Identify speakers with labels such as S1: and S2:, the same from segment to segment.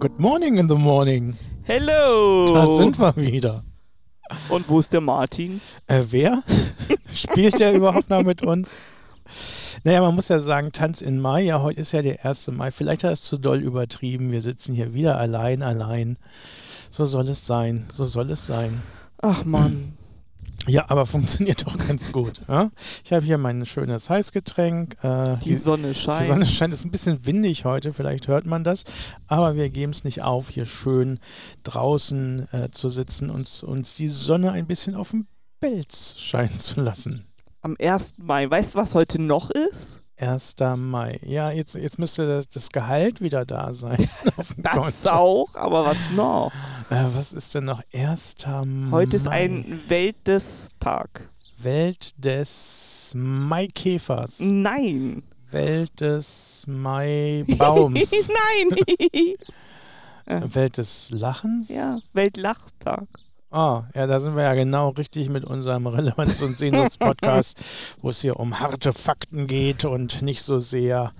S1: Good morning in the morning.
S2: Hello!
S1: Da sind wir wieder.
S2: Und wo ist der Martin?
S1: Äh, wer? Spielt der überhaupt noch mit uns? Naja, man muss ja sagen, Tanz in Mai, ja, heute ist ja der 1. Mai. Vielleicht hat er es zu doll übertrieben. Wir sitzen hier wieder allein, allein. So soll es sein, so soll es sein.
S2: Ach Mann.
S1: Ja, aber funktioniert doch ganz gut. Ja? Ich habe hier mein schönes Heißgetränk. Äh,
S2: Die Sonne
S1: die
S2: scheint.
S1: Sonne scheint, ist ein bisschen windig heute, vielleicht hört man das, aber wir geben es nicht auf, hier schön draußen äh, zu sitzen und uns die Sonne ein bisschen auf den Pelz scheinen zu lassen.
S2: Am 1. Mai. Weißt du, was heute noch ist?
S1: 1. Mai. Ja, jetzt, jetzt müsste das- das Gehalt wieder da sein. auf dem
S2: Das
S1: Konto.
S2: auch, aber was noch?
S1: Äh, was ist denn noch? 1. Mai.
S2: Heute ist ein Weltdestag.
S1: Welt des Maikäfers.
S2: Mm. Nein.
S1: Welt des Maibaums.
S2: Nein.
S1: Welt des Lachens?
S2: ja, Weltlachtag.
S1: Ah, ja, da sind wir ja genau richtig mit unserem Relevanz- und Sehnsuchtspodcast, wo es hier um harte Fakten geht und nicht so sehr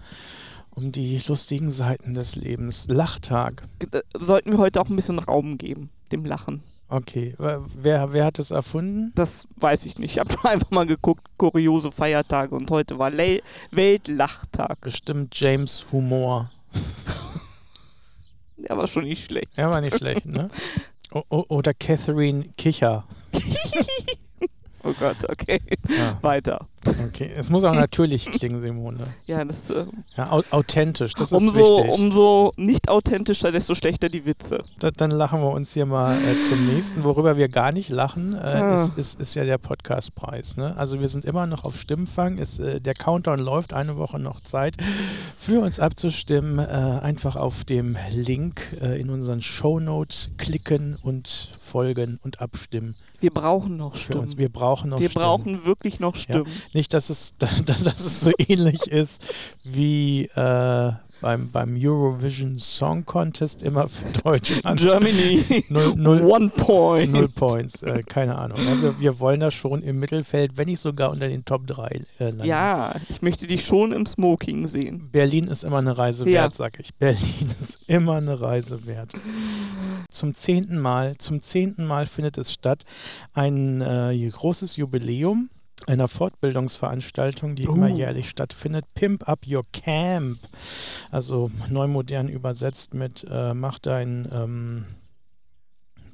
S1: um die lustigen Seiten des Lebens. Lachtag.
S2: G- äh, Sollten wir heute auch ein bisschen Raum geben, dem Lachen.
S1: Okay, wa- wer, wer hat es erfunden?
S2: Das weiß ich nicht. Ich habe einfach mal geguckt, kuriose Feiertage und heute war Le Weltlachtag.
S1: Bestimmt James Humor.
S2: Der war schon nicht schlecht.
S1: Er war nicht schlecht, ne? O o- oder Catherine Kicher.
S2: Oh Gott, okay.
S1: Ja,
S2: Weiter.
S1: okay. Es muss auch natürlich klingen, Simone.
S2: Ja, das äh,
S1: Ja, au authentisch, das ist
S2: umso,
S1: wichtig.
S2: umso nicht authentischer, desto schlechter die Witze.
S1: Da, dann lachen wir uns hier mal äh, zum nächsten. Worüber wir gar nicht lachen, äh,
S2: Ah.
S1: ist, ist, ist ja der Podcastpreis. Ne? Also wir sind immer noch auf Stimmfang. Ist, äh, der Countdown läuft, eine Woche noch Zeit für uns abzustimmen. Äh, einfach auf dem Link äh, in unseren Shownotes klicken und folgen und abstimmen.
S2: Wir brauchen noch
S1: Für uns.
S2: Stimmen.
S1: Wir brauchen noch
S2: Wir
S1: Stimmen.
S2: brauchen wirklich noch Stimmen.
S1: Nicht, dass es, dass, dass es so ähnlich ist wie äh, beim, beim Eurovision Song Contest immer für Deutschland.
S2: Germany,
S1: Null- null-
S2: one point.
S1: Null Points, äh, keine Ahnung. Ja, wir, wir wollen das schon im Mittelfeld, wenn nicht sogar unter den Top 3 äh, landen.
S2: Ja, ich möchte dich schon im Smoking sehen.
S1: Berlin ist immer eine Reise
S2: Ja.
S1: wert, sag ich. Berlin ist immer eine Reise wert. Zum zehnten Mal, zum zehnten Mal findet es statt, ein äh, großes Jubiläum einer Fortbildungsveranstaltung, die
S2: Oh.
S1: immer jährlich stattfindet. Pimp Up Your Camp. Also neu modern übersetzt mit äh, Mach dein ähm,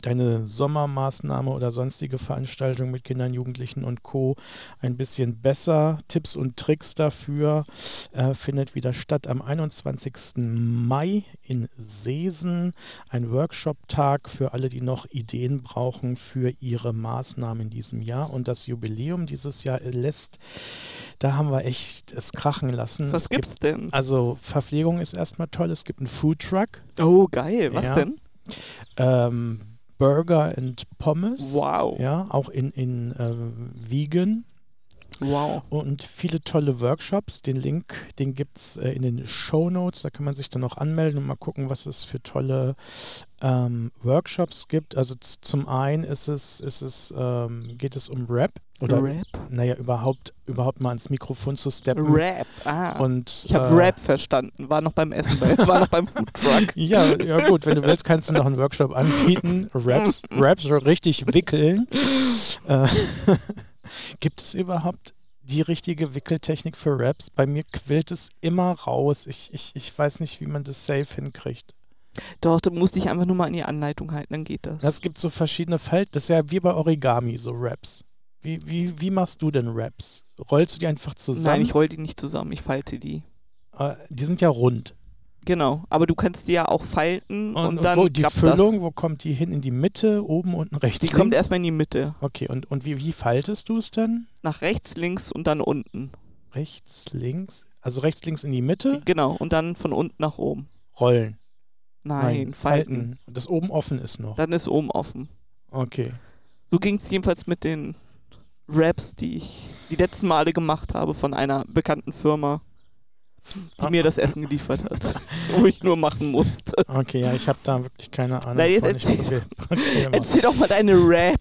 S1: deine Sommermaßnahme oder sonstige Veranstaltung mit Kindern, Jugendlichen und Co. ein bisschen besser. Tipps und Tricks dafür äh, findet wieder statt am 21. Mai in Seesen. Ein Workshop-Tag für alle, die noch Ideen brauchen für ihre Maßnahmen in diesem Jahr. Und das Jubiläum dieses Jahr lässt, da haben wir echt es krachen lassen.
S2: Was
S1: es gibt
S2: gibt's denn?
S1: also Verpflegung ist erstmal toll. Es gibt einen Foodtruck,
S2: Oh, geil. Was
S1: Ja.
S2: denn?
S1: ähm, Burger and Pommes.
S2: Wow.
S1: Ja, auch in, in äh, Vegan
S2: Wow.
S1: und viele tolle Workshops. Den Link, den gibt es äh, in den Show Notes. Da kann man sich dann auch anmelden und mal gucken, was es für tolle ähm, Workshops gibt. Also z- zum einen ist es, ist es ähm, geht es um Rap oder
S2: Rap?
S1: naja, überhaupt, überhaupt mal ans Mikrofon zu steppen.
S2: Rap. Ah.
S1: Und,
S2: ich habe
S1: äh,
S2: Rap verstanden. War noch beim Essen, bei- war noch beim Foodtruck.
S1: Ja, ja gut, wenn du willst, kannst du noch einen Workshop anbieten. Raps, Raps richtig wickeln. Äh, gibt es überhaupt die richtige Wickeltechnik für Raps? Bei mir quillt es immer raus. Ich, ich, ich weiß nicht, wie man das safe hinkriegt.
S2: Doch, du musst dich einfach nur mal an die Anleitung halten, dann geht das.
S1: Das gibt so verschiedene Falt. Das ist ja wie bei Origami, so Raps. Wie, wie, wie machst du denn Raps? Rollst du die einfach
S2: Nein,
S1: zusammen?
S2: ich roll die nicht zusammen, ich falte die.
S1: äh, die sind ja rund.
S2: Genau, aber du kannst die ja auch falten und,
S1: Und, und
S2: dann
S1: wo, die
S2: klappt
S1: Füllung,
S2: das.
S1: wo kommt die hin? In die Mitte, oben, unten, rechts?
S2: Die kommt
S1: links?
S2: erstmal in die Mitte,
S1: Okay, und, und wie, wie faltest du es denn?
S2: nach rechts, links und dann unten.
S1: Rechts, links, also rechts, links in die Mitte,
S2: Genau, und dann von unten nach oben.
S1: rollen.
S2: Nein, falten.
S1: Und das oben offen ist noch.
S2: Dann ist oben offen.
S1: Okay.
S2: So ging es jedenfalls mit den Raps, die ich die letzten Male gemacht habe von einer bekannten Firma. die mir das Essen geliefert hat, wo ich nur machen musste.
S1: Okay, ja, ich habe da wirklich keine Ahnung.
S2: Na, jetzt
S1: von. Ich
S2: erzähl-
S1: probier- probier mal.
S2: Erzähl doch mal deine Rap.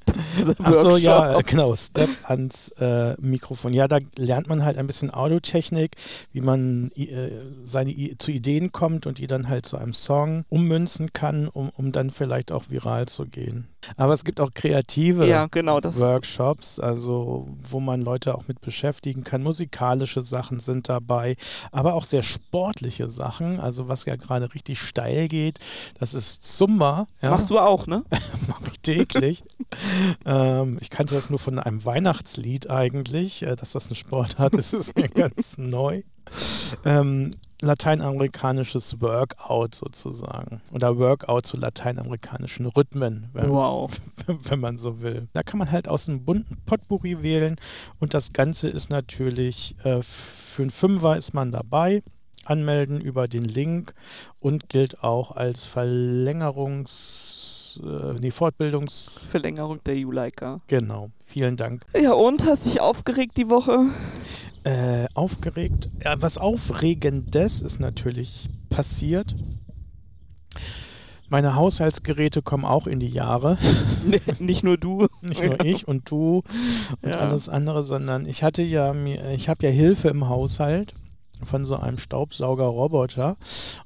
S1: Achso, ja, äh, genau. Step ans äh, Mikrofon. Ja, da lernt man halt ein bisschen Audiotechnik, wie man i- äh, seine I zu Ideen kommt und die dann halt zu einem Song ummünzen kann, um, um dann vielleicht auch viral zu gehen. Aber es gibt auch kreative
S2: Ja, genau, das.
S1: Workshops, also wo man Leute auch mit beschäftigen kann. Musikalische Sachen sind dabei, aber auch sehr sportliche Sachen. Also was ja gerade richtig steil geht, das ist Zumba. Ja,
S2: Machst du auch, ne?
S1: mache ich täglich. ähm, ich kannte das nur von einem Weihnachtslied eigentlich, äh, dass das ein Sportart ist, ist mir ganz neu. Ähm, lateinamerikanisches Workout sozusagen oder Workout zu lateinamerikanischen Rhythmen, wenn,
S2: Wow.
S1: wenn man so will. Da kann man halt aus einem bunten Potpourri wählen und das Ganze ist natürlich, äh, für einen Fünfer ist man dabei, anmelden über den Link und gilt auch als Verlängerungs-, äh, nee, Fortbildungs-,
S2: Verlängerung der Juleika.
S1: genau, vielen Dank.
S2: Ja, und? Hast dich aufgeregt die Woche?
S1: Äh, aufgeregt, ja, was Aufregendes ist natürlich passiert. Meine Haushaltsgeräte kommen auch in die Jahre.
S2: Nee, Nicht nur du.
S1: Nicht nur ich und du und
S2: Ja.
S1: alles andere, sondern ich hatte ja mir, ich habe ja Hilfe im Haushalt von so einem Staubsaugerroboter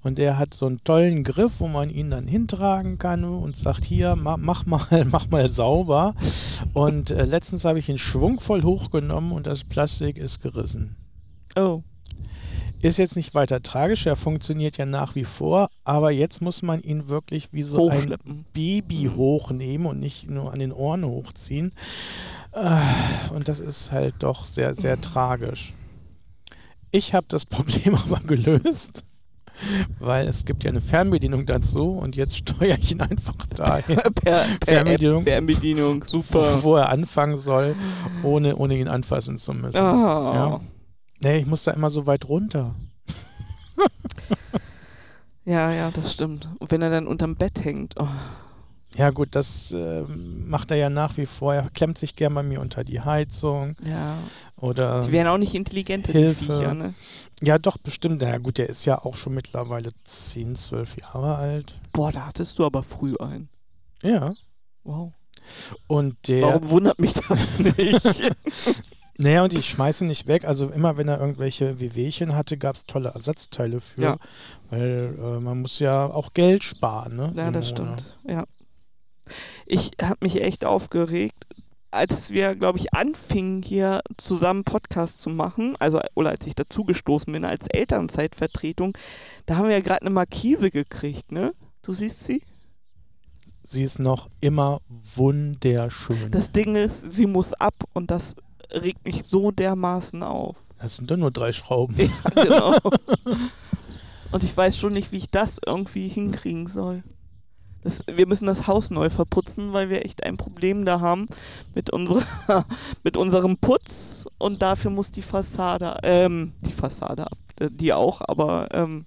S1: und der hat so einen tollen Griff, wo man ihn dann hintragen kann und sagt hier ma, mach mal, mach mal sauber. Und äh, letztens habe ich ihn schwungvoll hochgenommen und das Plastik ist gerissen.
S2: Oh.
S1: Ist jetzt nicht weiter tragisch, er funktioniert ja nach wie vor, aber jetzt muss man ihn wirklich wie so ein
S2: Hochschleppen.
S1: Baby hochnehmen und nicht nur an den Ohren hochziehen. Äh, Und das ist halt doch sehr, sehr tragisch. Ich habe das Problem aber gelöst, weil es gibt ja eine Fernbedienung dazu und jetzt steuere ich ihn einfach dahin,
S2: Per, per
S1: Fernbedienung.
S2: App, Fernbedienung. Super.
S1: wo er anfangen soll, ohne, ohne ihn anfassen zu müssen.
S2: Ah.
S1: Nee, ich muss da immer so weit runter.
S2: Ja. ja, das stimmt. Und wenn er dann unterm Bett hängt. Oh.
S1: Ja gut, das äh, macht er ja nach wie vor. Er klemmt sich gern bei mir unter die Heizung
S2: Ja.
S1: oder
S2: Die wären auch nicht intelligente
S1: Hilfe.
S2: Die Viecher, ne?
S1: Ja, doch, bestimmt. Ja, gut, der ist ja auch schon mittlerweile 10, 12 Jahre alt.
S2: Boah, da hattest du aber früh einen.
S1: Ja.
S2: Wow.
S1: Und der.
S2: Warum wundert mich das nicht?
S1: Naja, und ich schmeiße nicht weg. Also immer, wenn er irgendwelche Wehwehchen hatte, gab es tolle Ersatzteile für.
S2: Ja.
S1: Weil äh, man muss ja auch Geld sparen, ne?
S2: Ja,
S1: im
S2: das
S1: Monat.
S2: stimmt. Ja. Ich habe mich echt aufgeregt, als wir, glaube ich, anfingen, hier zusammen Podcast zu machen, also oder als ich dazugestoßen bin als Elternzeitvertretung, da haben wir ja gerade eine Markise gekriegt, ne? Du siehst sie?
S1: Sie ist noch immer wunderschön. Das,
S2: Das Ding ist, sie muss ab und das regt mich so dermaßen auf.
S1: sind doch nur drei Schrauben.
S2: genau. Und ich weiß schon nicht, wie ich das irgendwie hinkriegen soll. Das, wir müssen das Haus neu verputzen, weil wir echt ein Problem da haben mit, unserer, mit unserem Putz. Und dafür muss die Fassade, ähm, die Fassade ab, äh, die auch, aber ähm,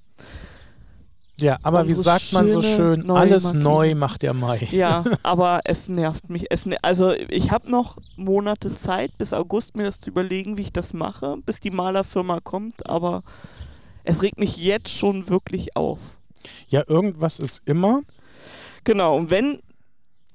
S1: Ja, aber wie
S2: Unsere
S1: sagt man Oh, so
S2: schöne
S1: schön,
S2: neue
S1: alles
S2: Markise.
S1: neu macht der Mai.
S2: ja, aber es nervt mich. Es, ner- also ich habe noch Monate Zeit, bis August mir das zu überlegen, wie ich das mache, bis die Malerfirma kommt, aber es regt mich jetzt schon wirklich auf.
S1: Ja, irgendwas ist immer.
S2: Genau, und wenn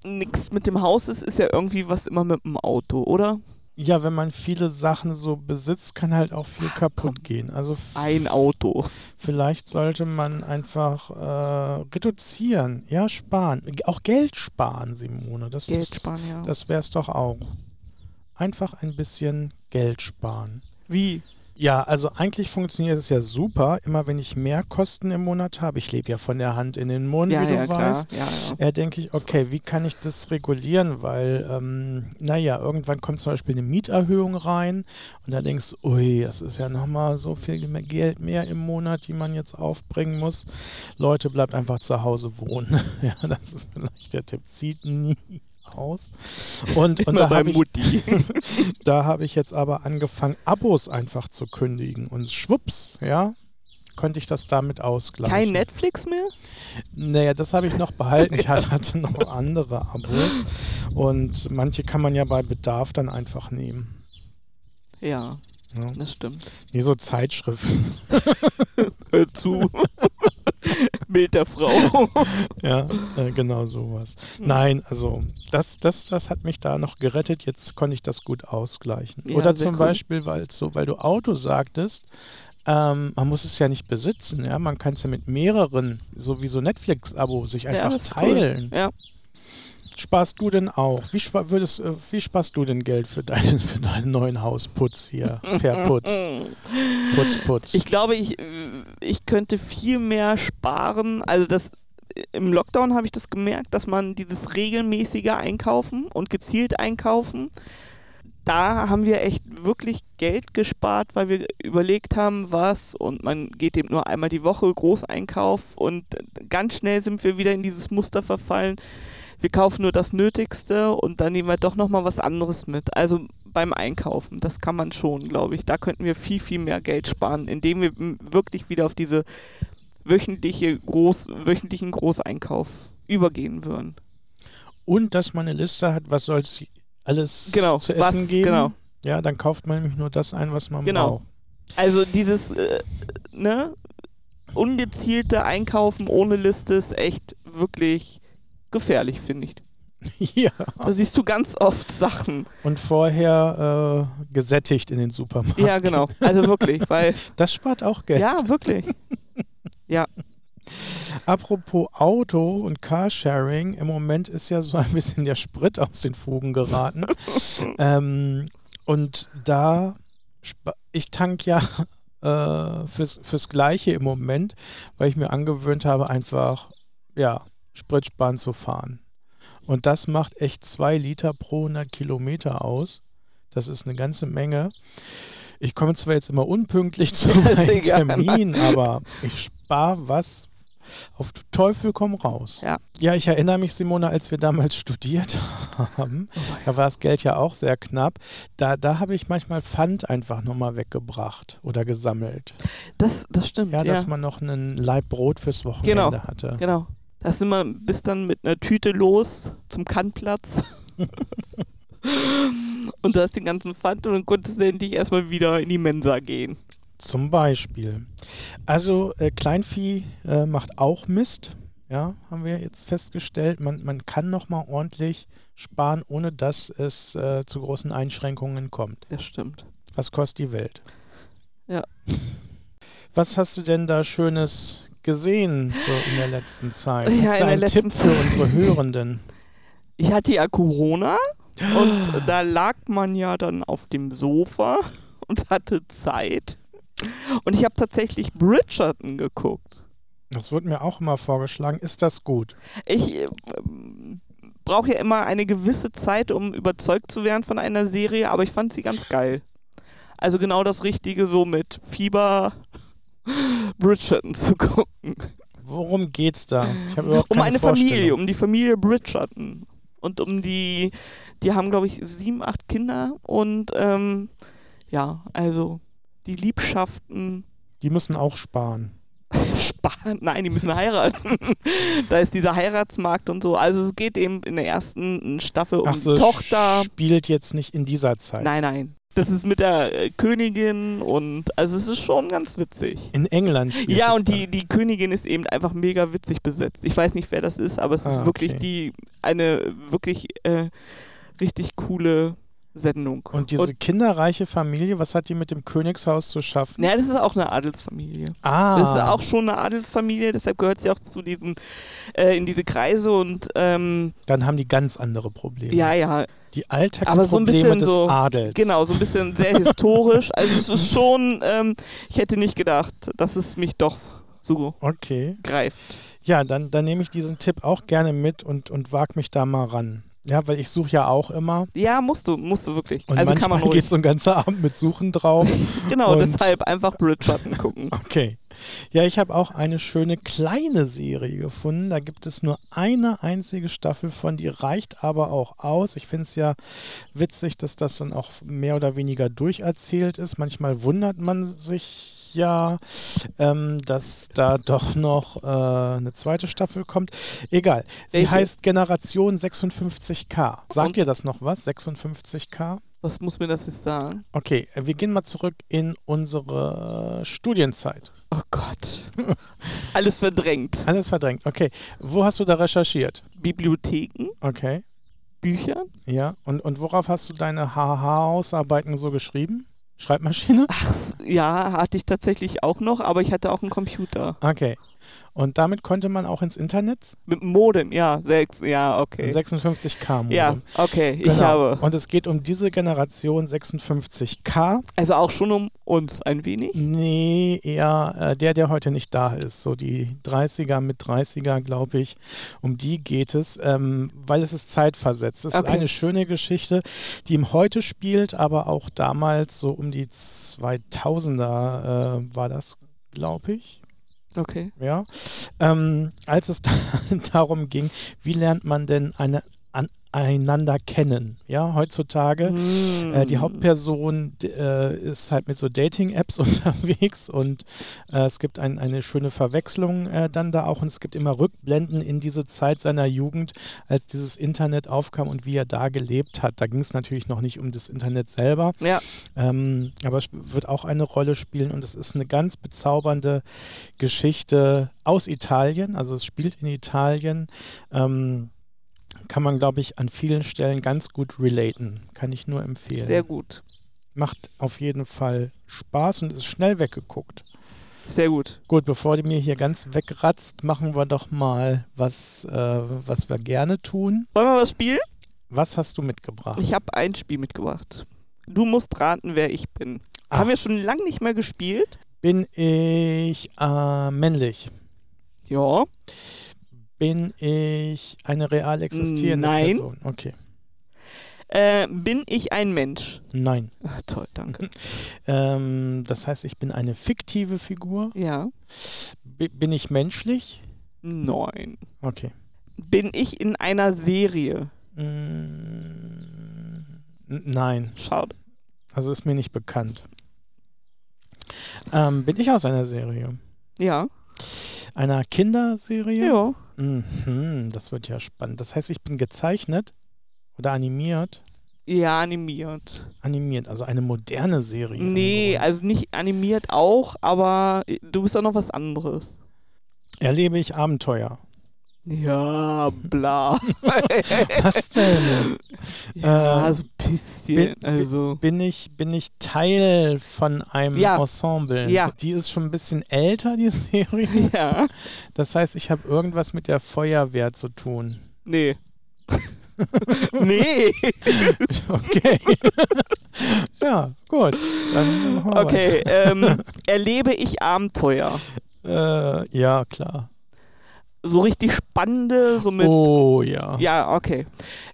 S2: nichts mit dem Haus ist, ist ja irgendwie was immer mit dem Auto, oder?
S1: Ja, wenn man viele Sachen so besitzt, kann halt auch viel kaputt gehen. Also
S2: Ein Auto.
S1: Vielleicht sollte man einfach äh, reduzieren, ja, sparen. G- Auch Geld sparen, Simone. Das,
S2: Geld
S1: das-
S2: sparen, ja.
S1: Das wäre es doch auch. Einfach ein bisschen Geld sparen.
S2: Wie?
S1: Ja, also eigentlich funktioniert es ja super. Immer wenn ich mehr Kosten im Monat habe, ich lebe ja von der Hand in den Mund,
S2: ja,
S1: wie du
S2: ja,
S1: weißt.
S2: klar. Ja, ja.
S1: Äh, denke ich, okay, wie kann ich das regulieren? Weil, ähm, naja, irgendwann kommt zum Beispiel eine Mieterhöhung rein und dann denkst du, ui, das ist ja nochmal so viel mehr Geld mehr im Monat, die man jetzt aufbringen muss. Leute, bleibt einfach zu Hause wohnen. ja, das ist vielleicht der Tipp, zieht nie aus. Und, und
S2: Immer
S1: da
S2: bei
S1: habe ich,
S2: Mutti.
S1: da habe ich jetzt aber angefangen, Abos einfach zu kündigen und schwupps, ja. Konnte ich das damit ausgleichen?
S2: Kein Netflix mehr?
S1: Naja, das habe ich noch behalten. Ich hatte- hatte noch andere Abos. Und manche kann man ja bei Bedarf dann einfach nehmen.
S2: Ja.
S1: Ja.
S2: Das stimmt.
S1: Nee, so Zeitschriften.
S2: Hör zu. Bild der Frau.
S1: ja, äh, genau sowas. Nein, also das, das, das hat mich da noch gerettet. Jetzt konnte ich das gut ausgleichen.
S2: Ja,
S1: Oder
S2: sehr
S1: zum
S2: cool.
S1: Beispiel, weil, so, weil du Auto sagtest, ähm, man muss es ja nicht besitzen. Ja? Man kann es ja mit mehreren, so wie so Netflix-Abo, sich einfach
S2: das ist cool.
S1: teilen.
S2: Ja.
S1: Sparst du denn auch? Wie, spa würdest, äh, wie sparst du denn Geld für deinen, für deinen neuen Hausputz hier? Verputz, Putz, Putz.
S2: Ich glaube, ich, äh, ich könnte viel mehr sparen. Also das im Lockdown habe ich das gemerkt, dass man dieses regelmäßige Einkaufen und gezielt Einkaufen, da haben wir echt wirklich Geld gespart, weil wir überlegt haben, was und man geht eben nur einmal die Woche Großeinkauf und ganz schnell sind wir wieder in dieses Muster verfallen. Wir kaufen nur das Nötigste und dann nehmen wir doch nochmal was anderes mit. Also beim Einkaufen, das kann man schon, glaube ich. Da könnten wir viel, viel mehr Geld sparen, indem wir m- wirklich wieder auf diese wöchentliche Groß, wöchentlichen Großeinkauf übergehen würden.
S1: Und dass man eine Liste hat, was soll es alles
S2: Genau,
S1: zu
S2: was-
S1: essen geben.
S2: genau.
S1: Ja, dann kauft man nämlich nur das ein, was man
S2: Genau.
S1: braucht.
S2: Also dieses äh, ne, ungezielte Einkaufen ohne Liste ist echt wirklich gefährlich, finde ich.
S1: ja.
S2: Da siehst du ganz oft Sachen.
S1: Und vorher äh, gesättigt in den Supermarkt.
S2: Ja, genau. Also wirklich, weil
S1: Das spart auch Geld.
S2: ja, wirklich.
S1: Apropos Auto und Carsharing, im Moment ist ja so ein bisschen der Sprit aus den Fugen geraten. ähm, und da, spa- ich tank ja äh, fürs, fürs Gleiche im Moment, weil ich mir angewöhnt habe, einfach, ja, Sprit sparen zu fahren. Und das macht echt zwei Liter pro 100 Kilometer aus. Das ist eine ganze Menge. Ich komme zwar jetzt immer unpünktlich zu
S2: ist
S1: meinem
S2: egal.
S1: Termin, aber ich spare was auf Teufel komm raus.
S2: Ja.
S1: ja, ich erinnere mich, Simone, als wir damals studiert haben,
S2: Oh
S1: da war das Geld ja auch sehr knapp. Da, da habe ich manchmal Pfand einfach nochmal weggebracht oder gesammelt.
S2: Das, das stimmt.
S1: Ja,
S2: Ja,
S1: dass man noch einen Leib Brot fürs Wochenende
S2: Genau.
S1: hatte.
S2: Genau. Da sind wir bis dann mit einer Tüte los zum Kantplatz. und da hast den ganzen Pfand und dann konntest du endlich erstmal wieder in die Mensa gehen.
S1: Zum Beispiel. Also äh, Kleinvieh äh, macht auch Mist. Ja, haben wir jetzt festgestellt. Man, man kann nochmal ordentlich sparen, ohne dass es äh, zu großen Einschränkungen kommt.
S2: Das stimmt.
S1: Was kostet die Welt?
S2: Ja.
S1: Was hast du denn da Schönes gesehen so in der letzten Zeit?
S2: Ja,
S1: hast
S2: in der
S1: du einen
S2: letzten
S1: Tipp für
S2: Zeit.
S1: unsere Hörenden?
S2: Ich hatte ja Corona und da lag man ja dann auf dem Sofa und hatte Zeit. Und ich habe tatsächlich Bridgerton geguckt.
S1: Das wurde mir auch immer vorgeschlagen. Ist das gut?
S2: Ich äh, brauche ja immer eine gewisse Zeit, um überzeugt zu werden von einer Serie, aber ich fand sie ganz geil. Also genau das Richtige, so mit Fieber Bridgerton zu gucken.
S1: Worum geht's da? Ich habe überhaupt
S2: Um
S1: keine
S2: eine
S1: Vorstellung.
S2: Familie, um die Familie Bridgerton. Und um die, die haben, glaube ich, sieben, acht Kinder und ähm, ja, also die Liebschaften
S1: Die müssen auch sparen.
S2: sparen. Nein, die müssen heiraten. da ist dieser Heiratsmarkt und so. Also es geht eben in der ersten Staffel um
S1: Ach so,
S2: die Tochter.
S1: sch- spielt jetzt nicht in dieser Zeit.
S2: Nein, nein. Das ist mit der äh, Königin und also es ist schon ganz witzig.
S1: In England spielt
S2: Ja,
S1: es
S2: und die, die Königin ist eben einfach mega witzig besetzt. Ich weiß nicht, wer das ist, aber es
S1: Ah,
S2: ist wirklich
S1: okay.
S2: die eine wirklich äh, richtig coole Sendung.
S1: dann. Und diese kinderreiche Familie, was hat die mit dem Königshaus zu schaffen?
S2: naja, das ist auch eine Adelsfamilie.
S1: Ah,
S2: Das ist auch schon eine Adelsfamilie, deshalb gehört sie auch zu diesen, äh, in diese Kreise und ähm,
S1: dann haben die ganz andere Probleme.
S2: ja, ja,
S1: Die
S2: Aber so ein
S1: Alltagsprobleme
S2: bisschen
S1: des
S2: so-
S1: Adels.
S2: genau, so ein bisschen sehr historisch. Also es ist schon, ähm, ich hätte nicht gedacht, dass es mich doch so
S1: Okay.
S2: greift.
S1: Ja, dann, dann nehme ich diesen Tipp auch gerne mit und, und wag mich da mal ran. Ja, weil ich suche ja auch immer.
S2: Ja, musst du, musst du wirklich.
S1: Und
S2: also kann
S1: manchmal
S2: man ruhig.
S1: geht so ein ganzer Abend mit Suchen drauf.
S2: Genau,
S1: Und-
S2: deshalb einfach Bridgerton gucken.
S1: Okay. Ja, ich habe auch eine schöne kleine Serie gefunden. Da gibt es nur eine einzige Staffel von, die reicht aber auch aus. Ich finde es ja witzig, dass das dann auch mehr oder weniger durcherzählt ist. Manchmal wundert man sich ja, ähm, dass da doch noch äh, eine zweite Staffel kommt. Egal. Sie
S2: Welche?
S1: heißt Generation 56K. Sagt
S2: Und-
S1: ihr das noch was? 56K?
S2: Was muss mir das jetzt sagen?
S1: Okay, äh, wir gehen mal zurück in unsere Studienzeit.
S2: Oh Gott. Alles verdrängt.
S1: Alles verdrängt. Okay, wo hast du da recherchiert?
S2: Bibliotheken,
S1: Okay,
S2: Bücher.
S1: ja. Und, und worauf hast du deine HH-Hausarbeiten so geschrieben? Schreibmaschine?
S2: Ja, hatte ich tatsächlich auch noch, aber ich hatte auch einen Computer.
S1: Okay. Und damit konnte man auch ins Internet?
S2: Mit Modem, ja, sechs, ja, okay.
S1: 56K. Modem.
S2: Ja, okay, ich
S1: Genau.
S2: habe.
S1: Und es geht um diese Generation 56K.
S2: Also auch schon um uns ein wenig.
S1: Nee, eher äh, der, der heute nicht da ist. So die 30er mit 30er, glaube ich. Um die geht es, ähm, weil es ist zeitversetzt. Es ist
S2: Okay.
S1: eine schöne Geschichte, die im Heute spielt, aber auch damals, so um die 2000er äh, war das, glaube ich.
S2: Okay.
S1: ja, ähm, als es da, darum ging, wie lernt man denn eine, an, einander kennen? Ja, heutzutage. Äh, die
S2: Hm.
S1: Hauptperson d- äh, ist halt mit so Dating-Apps unterwegs und äh, es gibt ein, eine schöne Verwechslung äh, dann da auch und es gibt immer Rückblenden in diese Zeit seiner Jugend, als dieses Internet aufkam und wie er da gelebt hat. Da ging es natürlich noch nicht um das Internet selber,
S2: Ja.
S1: ähm, aber es wird auch eine Rolle spielen und es ist eine ganz bezaubernde Geschichte aus Italien, also es spielt in Italien. Ähm, kann man, glaube ich, an vielen Stellen ganz gut relaten. Kann ich nur empfehlen.
S2: Sehr gut.
S1: Macht auf jeden Fall Spaß und ist schnell weggeguckt.
S2: Sehr gut.
S1: Gut, bevor die mir hier ganz wegratzt, machen wir doch mal, was, äh, was wir gerne tun.
S2: Wollen wir was spielen?
S1: Was hast du mitgebracht?
S2: Ich habe ein Spiel mitgebracht. Du musst raten, wer ich bin.
S1: Ach.
S2: Haben wir schon lange nicht mehr gespielt?
S1: Bin ich äh, männlich?
S2: Ja.
S1: Bin ich eine real existierende
S2: Nein.
S1: Person? Okay.
S2: Äh, bin ich ein Mensch?
S1: Nein.
S2: Ach, toll, danke.
S1: Ähm, das heißt, ich bin eine fiktive Figur.
S2: Ja.
S1: B bin ich menschlich?
S2: Nein.
S1: Okay.
S2: Bin ich in einer Serie?
S1: Mm, n- nein.
S2: Schade.
S1: Also ist mir nicht bekannt. Ähm, bin ich aus einer Serie?
S2: Ja.
S1: Einer Kinderserie?
S2: Ja.
S1: Mhm, das wird ja spannend. Das heißt, ich bin gezeichnet oder animiert?
S2: Ja, animiert.
S1: Animiert, also eine moderne Serie.
S2: Nee,
S1: Angeholt.
S2: also nicht animiert auch, aber äh, du bist auch noch was anderes.
S1: Erlebe ich Abenteuer?
S2: Ja, bla.
S1: Was denn?
S2: ja,
S1: Äh,
S2: so ein bisschen.
S1: bin- bin-
S2: also.
S1: Bin ich, bin ich Teil von einem
S2: Ja.
S1: Ensemble?
S2: Ja.
S1: Die ist schon ein bisschen älter, die Serie.
S2: Ja.
S1: Das heißt, ich habe irgendwas mit der Feuerwehr zu tun.
S2: Nee. nee.
S1: Okay. ja, gut. Dann machen wir
S2: Okay. Ähm, erlebe ich Abenteuer?
S1: weiter. Äh, ja, klar.
S2: So richtig spannende, so mit.
S1: oh, ja.
S2: Ja, okay.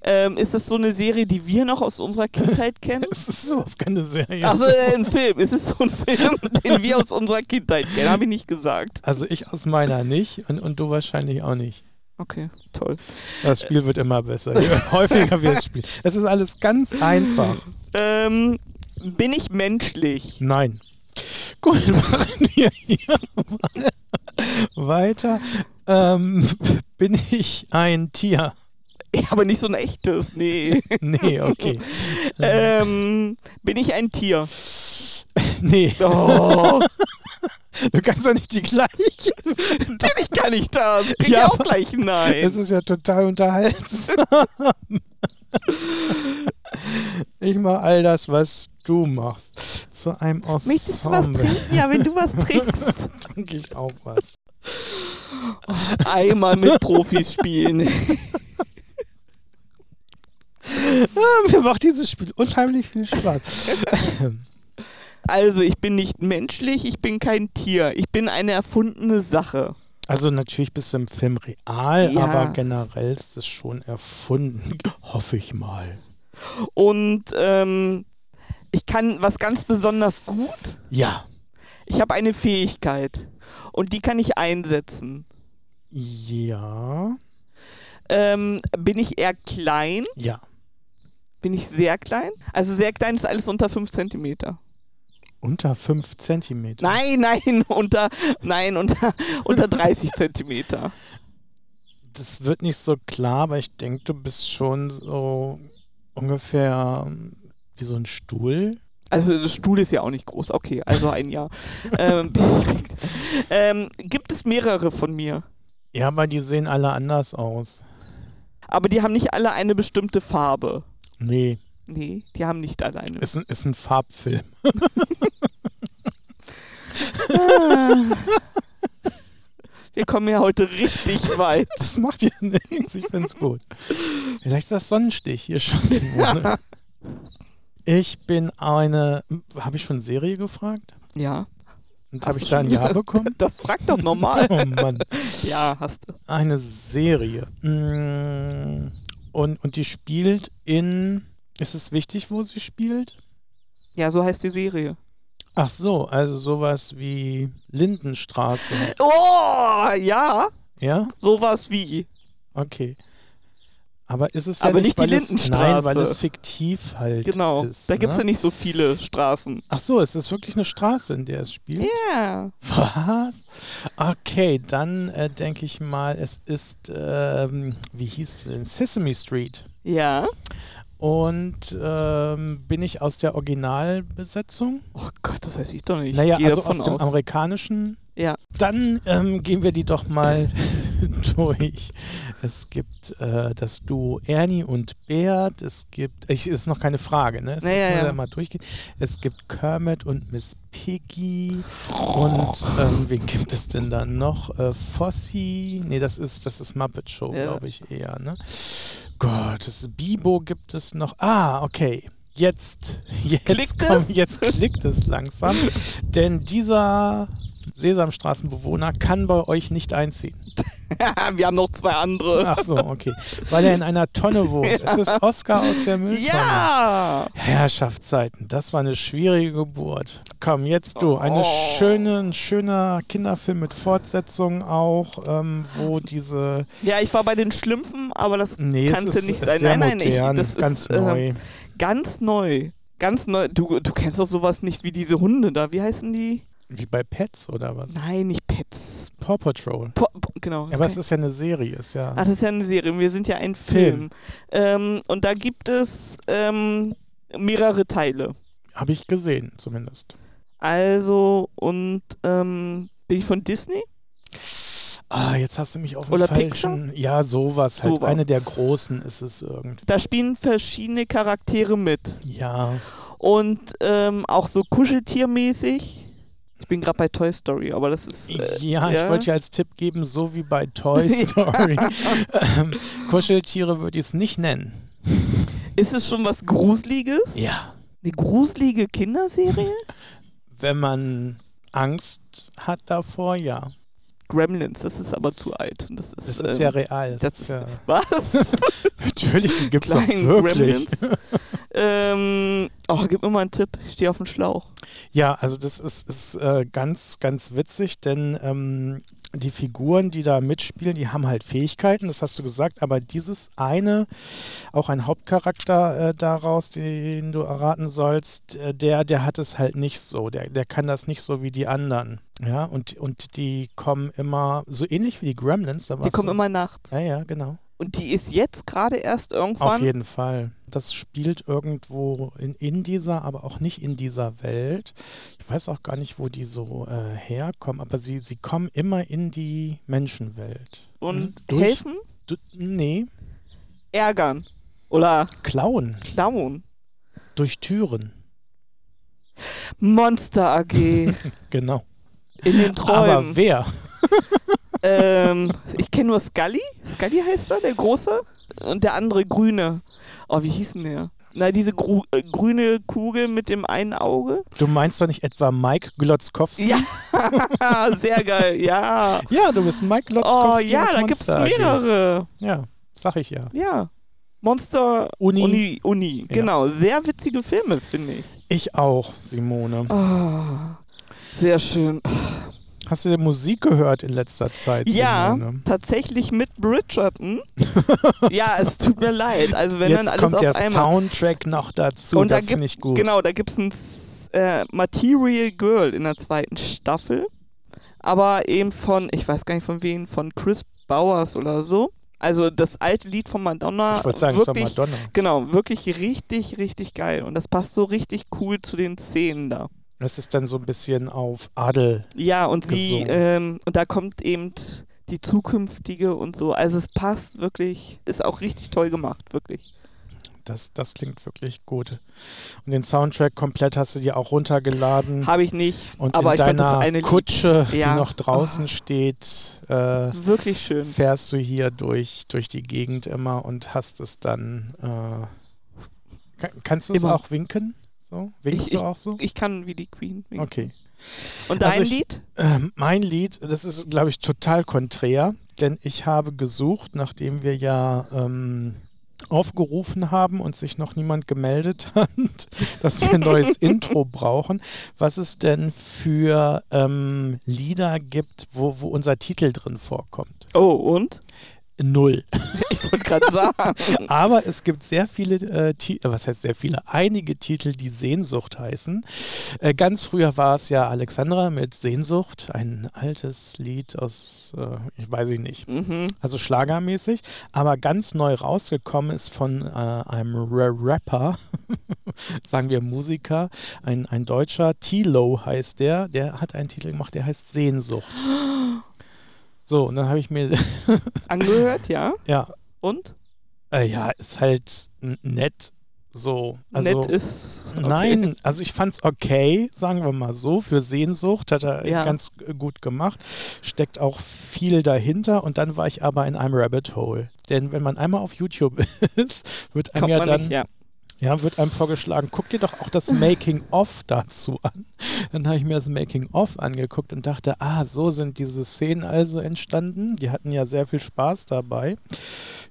S2: Ähm, ist das so eine Serie, die wir noch aus unserer Kindheit kennen?
S1: Es ist überhaupt keine Serie.
S2: Also äh, ein Film. Ist es so ein Film, den wir aus unserer Kindheit kennen? Habe ich nicht gesagt.
S1: also ich aus meiner nicht und, und du wahrscheinlich auch nicht.
S2: Okay, toll.
S1: Das Spiel wird immer besser, je häufiger wir es spielen. Es ist alles ganz einfach.
S2: Ähm, bin ich menschlich?
S1: Nein. Gut, machen wir hier mal weiter. Ähm, bin ich ein Tier?
S2: Ja, aber nicht so ein echtes, nee.
S1: Nee, okay.
S2: ähm, bin ich ein Tier?
S1: Nee,
S2: Oh,
S1: du kannst doch nicht die gleiche
S2: natürlich kann ich das. Krieg
S1: Ja,
S2: ich auch
S1: aber-
S2: gleich
S1: Es
S2: ein nein.
S1: ist ja total unterhaltsam. ich mache all das, was du machst. Zu einem
S2: Möchtest du was
S1: Ensemble
S2: trinken? Ja, wenn du was trinkst.
S1: trinke ich auch was.
S2: Einmal mit Profis spielen.
S1: Ah, mir macht dieses Spiel unheimlich viel Spaß.
S2: Also, ich bin nicht menschlich, ich bin kein Tier. Ich bin eine erfundene Sache.
S1: Also natürlich bist du im Film real,
S2: Ja.
S1: aber generell ist es schon erfunden. Hoffe ich mal.
S2: Und ähm, ich kann was ganz besonders gut.
S1: Ja.
S2: Ich habe eine Fähigkeit. Und die kann ich einsetzen.
S1: Ja.
S2: Ähm, bin ich eher klein?
S1: Ja.
S2: Bin ich sehr klein? Also sehr klein ist alles unter 5 cm.
S1: Unter 5 Zentimeter.
S2: Nein, nein, unter, nein, unter, unter 30 cm.
S1: Das wird nicht so klar, aber ich denke, du bist schon so ungefähr ähm, Wie so ein Stuhl?
S2: Also der Stuhl ist ja auch nicht groß. Okay, also ein Jahr. ähm, perfekt. Ähm, gibt es mehrere von mir?
S1: Ja, aber die sehen alle anders aus.
S2: Aber die haben nicht alle eine bestimmte Farbe.
S1: Nee,
S2: Nee, die haben nicht alle eine.
S1: ist, ein- ist ein Farbfilm.
S2: Wir kommen ja heute richtig weit.
S1: Das macht ja nichts, ich find's gut. Vielleicht ist das Sonnenstich hier schon. Simone. Ich bin eine. Habe ich schon Serie gefragt?
S2: Ja,
S1: Und
S2: Hast
S1: habe
S2: du
S1: ich da ein
S2: schon?
S1: Ja bekommen?
S2: das frag doch normal.
S1: Oh Mann.
S2: Ja, hast du.
S1: Eine Serie. Mm, Und, und die spielt in. Ist es wichtig, wo sie spielt?
S2: Ja, so heißt die Serie.
S1: Ach so, also sowas wie Lindenstraße.
S2: Oh, ja,
S1: Ja?
S2: sowas wie.
S1: Okay. Aber ist es ja
S2: Aber nicht die
S1: weil es- Nein, weil
S2: Lindenstraße.
S1: es fiktiv halt
S2: Genau,
S1: ist.
S2: da gibt es
S1: ne?
S2: ja nicht so viele Straßen.
S1: Ach so, es ist wirklich eine Straße, in der es spielt.
S2: Ja.
S1: Was? Okay, dann äh, denke ich mal, es ist, ähm, wie hieß denn, Sesame Street.
S2: Ja.
S1: Und ähm, bin ich aus der Originalbesetzung?
S2: Oh Gott, das weiß ich doch nicht.
S1: naja,
S2: ich gehe
S1: also aus
S2: davon
S1: dem
S2: aus.
S1: amerikanischen.
S2: ja.
S1: Dann ähm, gehen wir die doch mal durch. Es gibt äh, das Duo Ernie und Bert. Es gibt, ich, ist noch keine Frage, ne? Es
S2: Ja,
S1: ist
S2: ja,
S1: nur
S2: ja.
S1: da mal durchgehen. Es gibt Kermit und Miss Piggy. Und ähm, wen gibt es denn da noch? Äh, Fossi. Nee, das ist, das ist Muppet Show,
S2: Ja.
S1: glaube ich eher, ne? Gott, das Bibo gibt es noch. Ah, okay. Jetzt, jetzt,
S2: Klickt es?
S1: jetzt klickt es langsam. Denn dieser Sesamstraßenbewohner kann bei euch nicht einziehen.
S2: Wir haben noch zwei andere.
S1: Ach so, okay. Weil er in einer Tonne wohnt. Es ist Oscar aus der Mülltonne.
S2: Ja.
S1: Herrschaftszeiten, das war eine schwierige Geburt. Komm, jetzt du. Eine
S2: Oh.
S1: schöne, ein schöner Kinderfilm mit Fortsetzung auch, ähm, wo diese.
S2: Ja, ich war bei den Schlümpfen, aber das
S1: Nee,
S2: kannte
S1: es ist,
S2: nicht
S1: ist
S2: sein.
S1: sehr
S2: Nein, nein, ich-
S1: modern,
S2: das ist,
S1: ganz
S2: ähm,
S1: neu.
S2: ganz neu. Ganz neu. Du, du kennst doch sowas nicht wie diese Hunde da. Wie heißen die?
S1: Wie bei Pets oder was?
S2: Nein, nicht Pets.
S1: Paw Patrol.
S2: Po, po, genau.
S1: Ja, aber
S2: das
S1: es ist ja eine Serie, ist ja.
S2: Ach, das ist ja eine Serie. Wir sind ja ein Film. Ähm, und da gibt es ähm, mehrere Teile.
S1: Habe ich gesehen, zumindest.
S2: Also, und ähm, bin ich von Disney?
S1: Ah, jetzt hast du mich auf den
S2: Oder
S1: falschen. Ja, sowas halt.
S2: Sowas.
S1: Eine der großen ist es irgendwie.
S2: Da spielen verschiedene Charaktere mit.
S1: Ja.
S2: Und ähm, auch so kuscheltiermäßig. Ich bin gerade bei Toy Story, aber das ist. Äh,
S1: Ja, ich wollte ja als Tipp geben, so wie bei Toy Story. ähm, Kuscheltiere würde ich es nicht nennen.
S2: Ist es schon was Gruseliges?
S1: Ja.
S2: Eine gruselige Kinderserie?
S1: Wenn man Angst hat davor, ja.
S2: Gremlins, das ist aber zu alt. Und Das ist,
S1: Das ist
S2: ähm,
S1: ja real. Das,
S2: das
S1: ist ja,
S2: Was?
S1: natürlich, die gibt es auch
S2: Kleinen
S1: wirklich.
S2: Gremlins? ähm, oh, gib mir mal einen Tipp. Ich stehe auf dem Schlauch.
S1: Ja, also das ist, ist äh, ganz, ganz witzig, denn ähm, die Figuren, die da mitspielen, die haben halt Fähigkeiten, das hast du gesagt, aber dieses eine, auch ein Hauptcharakter äh, daraus, den du erraten sollst, äh, der, der hat es halt nicht so, der, der kann das nicht so wie die anderen. Ja, und, und die kommen immer, so ähnlich wie die Gremlins, da
S2: Die
S1: war's
S2: kommen
S1: so,
S2: immer Nacht.
S1: Ja, ja, genau.
S2: Und die ist jetzt gerade erst
S1: Auf
S2: irgendwann.
S1: jeden Fall. Das spielt irgendwo in, in dieser, aber auch nicht in dieser Welt. Ich weiß auch gar nicht, wo die so äh, herkommen, aber sie, sie kommen immer in die Menschenwelt. Mhm.
S2: Und
S1: Durch-
S2: helfen,
S1: Du, nee,
S2: ärgern. Oder
S1: klauen.
S2: klauen.
S1: Durch Türen.
S2: Monster AG. In
S1: Genau.
S2: den
S1: Aber
S2: Träumen.
S1: wer?
S2: Ähm, ich kenne nur Scully. Scully heißt er, der Große. Und der andere Grüne. Oh, wie hieß denn der? Na, diese gru äh, grüne Kugel mit dem einen Auge.
S1: Du meinst doch nicht etwa Mike Glotzkowski?
S2: Ja, sehr geil. Ja.
S1: Ja, du bist Mike Glotzkowski.
S2: Oh ja,
S1: aus
S2: da gibt es
S1: Monster AG.
S2: mehrere.
S1: Ja, sag ich ja.
S2: Ja. Monster
S1: Uni.
S2: Uni, Uni. genau. Sehr witzige Filme, finde ich.
S1: Ich auch, Simone.
S2: Ah, sehr schön.
S1: Hast du denn Musik gehört in letzter Zeit?
S2: Ja,
S1: Simone?
S2: tatsächlich mit Bridgerton. ja, es tut mir leid. Also wenn
S1: Jetzt
S2: dann alles
S1: kommt
S2: auf
S1: der
S2: einmal.
S1: Soundtrack noch dazu.
S2: Und da
S1: das
S2: gibt-
S1: finde ich gut.
S2: Genau, da gibt es ein S- äh, Material Girl in der zweiten Staffel. Aber eben von, ich weiß gar nicht von wem, von Chris Bowers oder so. Also das alte Lied von Madonna.
S1: Ich wollte sagen,
S2: wirklich,
S1: es ist doch Madonna.
S2: Genau, wirklich richtig, richtig geil. Und das passt so richtig cool zu den Szenen da.
S1: Das ist dann so ein bisschen auf Adel.
S2: Ja, und sie,
S1: Gesungen.
S2: ähm, und da kommt eben die zukünftige und so. Also es passt wirklich, ist auch richtig toll gemacht, wirklich.
S1: Das, das klingt wirklich gut. Und den Soundtrack komplett hast du dir auch runtergeladen.
S2: Habe ich nicht,
S1: Mhm. und in
S2: aber ich fand das
S1: deiner
S2: eine Lied
S1: Kutsche,
S2: Ja. Ah.
S1: die noch draußen steht, äh,
S2: wirklich schön.
S1: fährst du hier durch, durch die Gegend immer und hast es dann. Äh, kann, kannst du es
S2: Immer.
S1: auch winken? So? Winkst
S2: Ich-
S1: du auch so?
S2: Ich kann wie die Queen. winken.
S1: Okay.
S2: Und
S1: Also
S2: dein
S1: ich-
S2: Lied?
S1: Ähm, mein Lied, das ist, glaube ich, total konträr, denn ich habe gesucht, nachdem wir ja ähm, aufgerufen haben und sich noch niemand gemeldet hat, dass wir ein neues Intro brauchen, was es denn für ähm, Lieder gibt, wo, wo unser Titel drin vorkommt.
S2: Oh, und?
S1: Null.
S2: Ich wollte gerade sagen.
S1: Aber es gibt sehr viele, äh, Ti- äh, was heißt sehr viele, einige Titel, die Sehnsucht heißen. Äh, ganz früher war es ja Alexandra mit Sehnsucht, ein altes Lied aus, äh, ich weiß ich nicht,
S2: mhm.
S1: also schlagermäßig, aber ganz neu rausgekommen ist von äh, einem Ra- Rapper, sagen wir Musiker, ein, ein Deutscher, Tilo heißt der, der hat einen Titel gemacht, der heißt Sehnsucht. So, und dann habe ich mir,
S2: Angehört, ja.
S1: ja,
S2: Und?
S1: Äh, ja, ist halt n- nett. So. Also,
S2: Nett ist. okay.
S1: Nein, also ich fand's okay, sagen wir mal so. Für Sehnsucht hat er
S2: Ja.
S1: ganz g- gut gemacht. Steckt auch viel dahinter. Und dann war ich aber in einem Rabbit Hole. Denn wenn man einmal auf YouTube ist, wird einem
S2: Kommt
S1: ja
S2: man
S1: dann
S2: nicht, ja.
S1: ja, wird einem vorgeschlagen, guck dir doch auch das Making-of dazu an. Dann habe ich mir das Making-of angeguckt und dachte, ah, so sind diese Szenen also entstanden. Die hatten ja sehr viel Spaß dabei.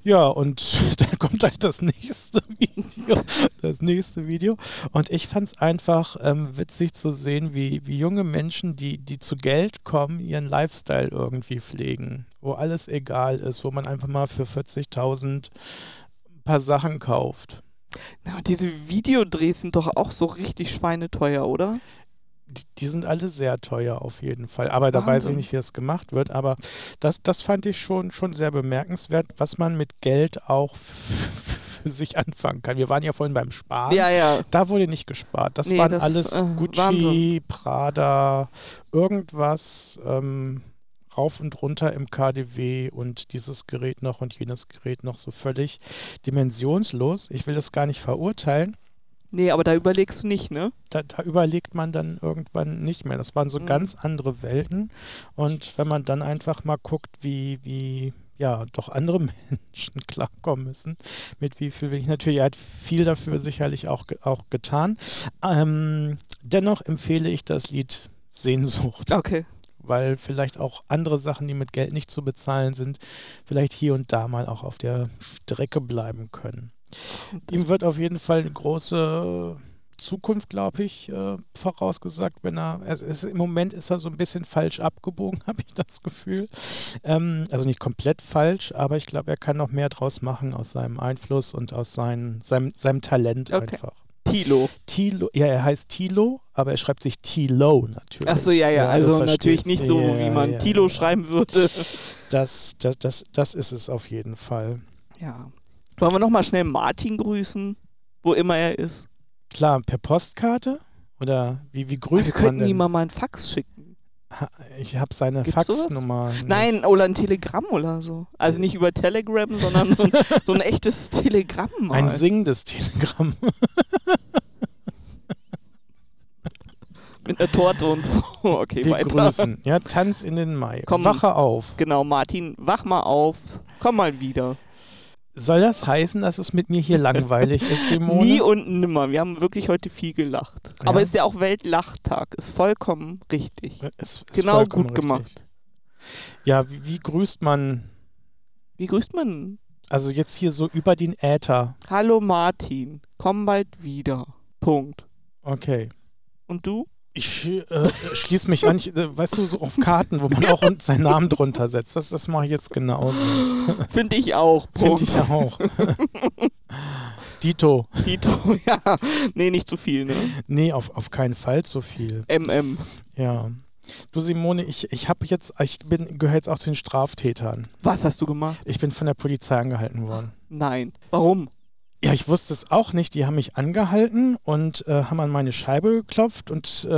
S1: Ja, und dann kommt halt das nächste Video. Das nächste Video. Und ich fand es einfach ähm, witzig zu sehen, wie, wie junge Menschen, die, die zu Geld kommen, ihren Lifestyle irgendwie pflegen. Wo alles egal ist, wo man einfach mal für 40.000 ein paar Sachen kauft.
S2: Na, und diese Videodrehs sind doch auch so richtig schweineteuer, oder?
S1: die, die sind alle sehr teuer auf jeden Fall. Aber da weiß ich
S2: Wahnsinn.
S1: nicht, wie das gemacht wird. Aber das, das fand ich schon, schon sehr bemerkenswert, was man mit Geld auch f- für sich anfangen kann. Wir waren ja vorhin beim Sparen.
S2: Ja, ja.
S1: Da wurde nicht gespart. Das
S2: Nee,
S1: waren
S2: das,
S1: alles
S2: äh,
S1: Gucci,
S2: Wahnsinn.
S1: Prada, irgendwas ähm, rauf und runter im KDW und dieses Gerät noch und jenes Gerät noch so völlig dimensionslos. Ich will das gar nicht verurteilen
S2: Nee, aber da überlegst du nicht, ne?
S1: da, da überlegt man dann irgendwann nicht mehr. Das waren so
S2: Mhm.
S1: ganz andere Welten. Und wenn man dann einfach mal guckt, wie, wie ja, doch andere Menschen klarkommen müssen, mit wie viel wenig. Natürlich, er hat viel dafür sicherlich auch, ge- auch getan. Ähm, dennoch empfehle ich das Lied Sehnsucht,
S2: Okay.
S1: weil vielleicht auch andere Sachen, die mit Geld nicht zu bezahlen sind, vielleicht hier und da mal auch auf der Strecke bleiben können. Ihm wird auf jeden Fall eine große Zukunft, glaube ich, äh, vorausgesagt, wenn er, es ist, im Moment ist er so ein bisschen falsch abgebogen, habe ich das Gefühl. Ähm, also nicht komplett falsch, aber ich glaube, er kann noch mehr draus machen aus seinem Einfluss und aus seinen, seinem, seinem Talent
S2: Okay.
S1: einfach.
S2: Tilo.
S1: Tilo, ja, er heißt Tilo, aber er schreibt sich Tilo natürlich.
S2: Achso, ja, ja.
S1: du
S2: Also
S1: verstehst.
S2: natürlich nicht so,
S1: Ja,
S2: wie man
S1: ja,
S2: Tilo
S1: ja.
S2: schreiben würde.
S1: Das, das, das, das ist es auf jeden Fall.
S2: Ja. Wollen wir nochmal schnell Martin grüßen, wo immer er ist?
S1: Klar, per Postkarte oder wie, wie
S2: Wir
S1: grüßt man
S2: könnten
S1: denn?
S2: ihm mal einen Fax schicken.
S1: Ha- Ich habe seine
S2: Gibt's
S1: Faxnummer. nicht.
S2: Nein, oder ein Telegramm oder so. Also nicht über Telegram, sondern so ein, so ein echtes Telegramm mal.
S1: Ein singendes Telegramm.
S2: Mit einer Torte und so. Okay,
S1: Wir
S2: weiter.
S1: grüßen. Ja, Tanz in den Mai.
S2: Komm.
S1: Wache auf.
S2: Genau, Martin, wach mal auf. Komm mal wieder.
S1: Soll das heißen, dass es mit mir hier langweilig ist, Simone?
S2: Nie und nimmer. Wir haben wirklich heute viel gelacht.
S1: Ja.
S2: Aber es ist ja auch Weltlachtag. Ist vollkommen richtig.
S1: Es ist
S2: Genau
S1: vollkommen
S2: gut
S1: richtig.
S2: gemacht.
S1: Ja, wie, wie grüßt man?
S2: Wie grüßt man?
S1: Also jetzt hier so über den Äther.
S2: Hallo Martin, komm bald wieder. Punkt.
S1: Okay.
S2: Und du?
S1: Ich äh, schließe mich an, ich, äh, weißt du, so auf Karten, wo man auch unten seinen Namen drunter setzt. Das, das mache ich jetzt genauso.
S2: Finde ich auch.
S1: Finde ich
S2: Punkt.
S1: ja auch. Dito.
S2: Tito, ja. Nee, nicht zu viel, ne?
S1: Nee, auf, auf keinen Fall zu viel.
S2: MM.
S1: Ja. Du Simone, ich, ich habe jetzt, ich bin, gehöre jetzt auch zu den Straftätern.
S2: Was hast du gemacht?
S1: Ich bin von der Polizei angehalten worden.
S2: Nein. Warum?
S1: Ja, ich wusste es auch nicht. Die haben mich angehalten und äh, haben an meine Scheibe geklopft und äh,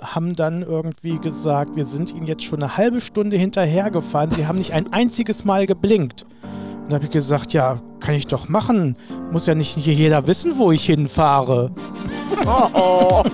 S1: haben dann irgendwie gesagt, wir sind ihnen jetzt schon eine halbe Stunde hinterhergefahren. Sie haben nicht ein einziges Mal geblinkt. Und da habe ich gesagt, ja, kann ich doch machen. Muss ja nicht jeder wissen, wo ich hinfahre.
S2: Oh.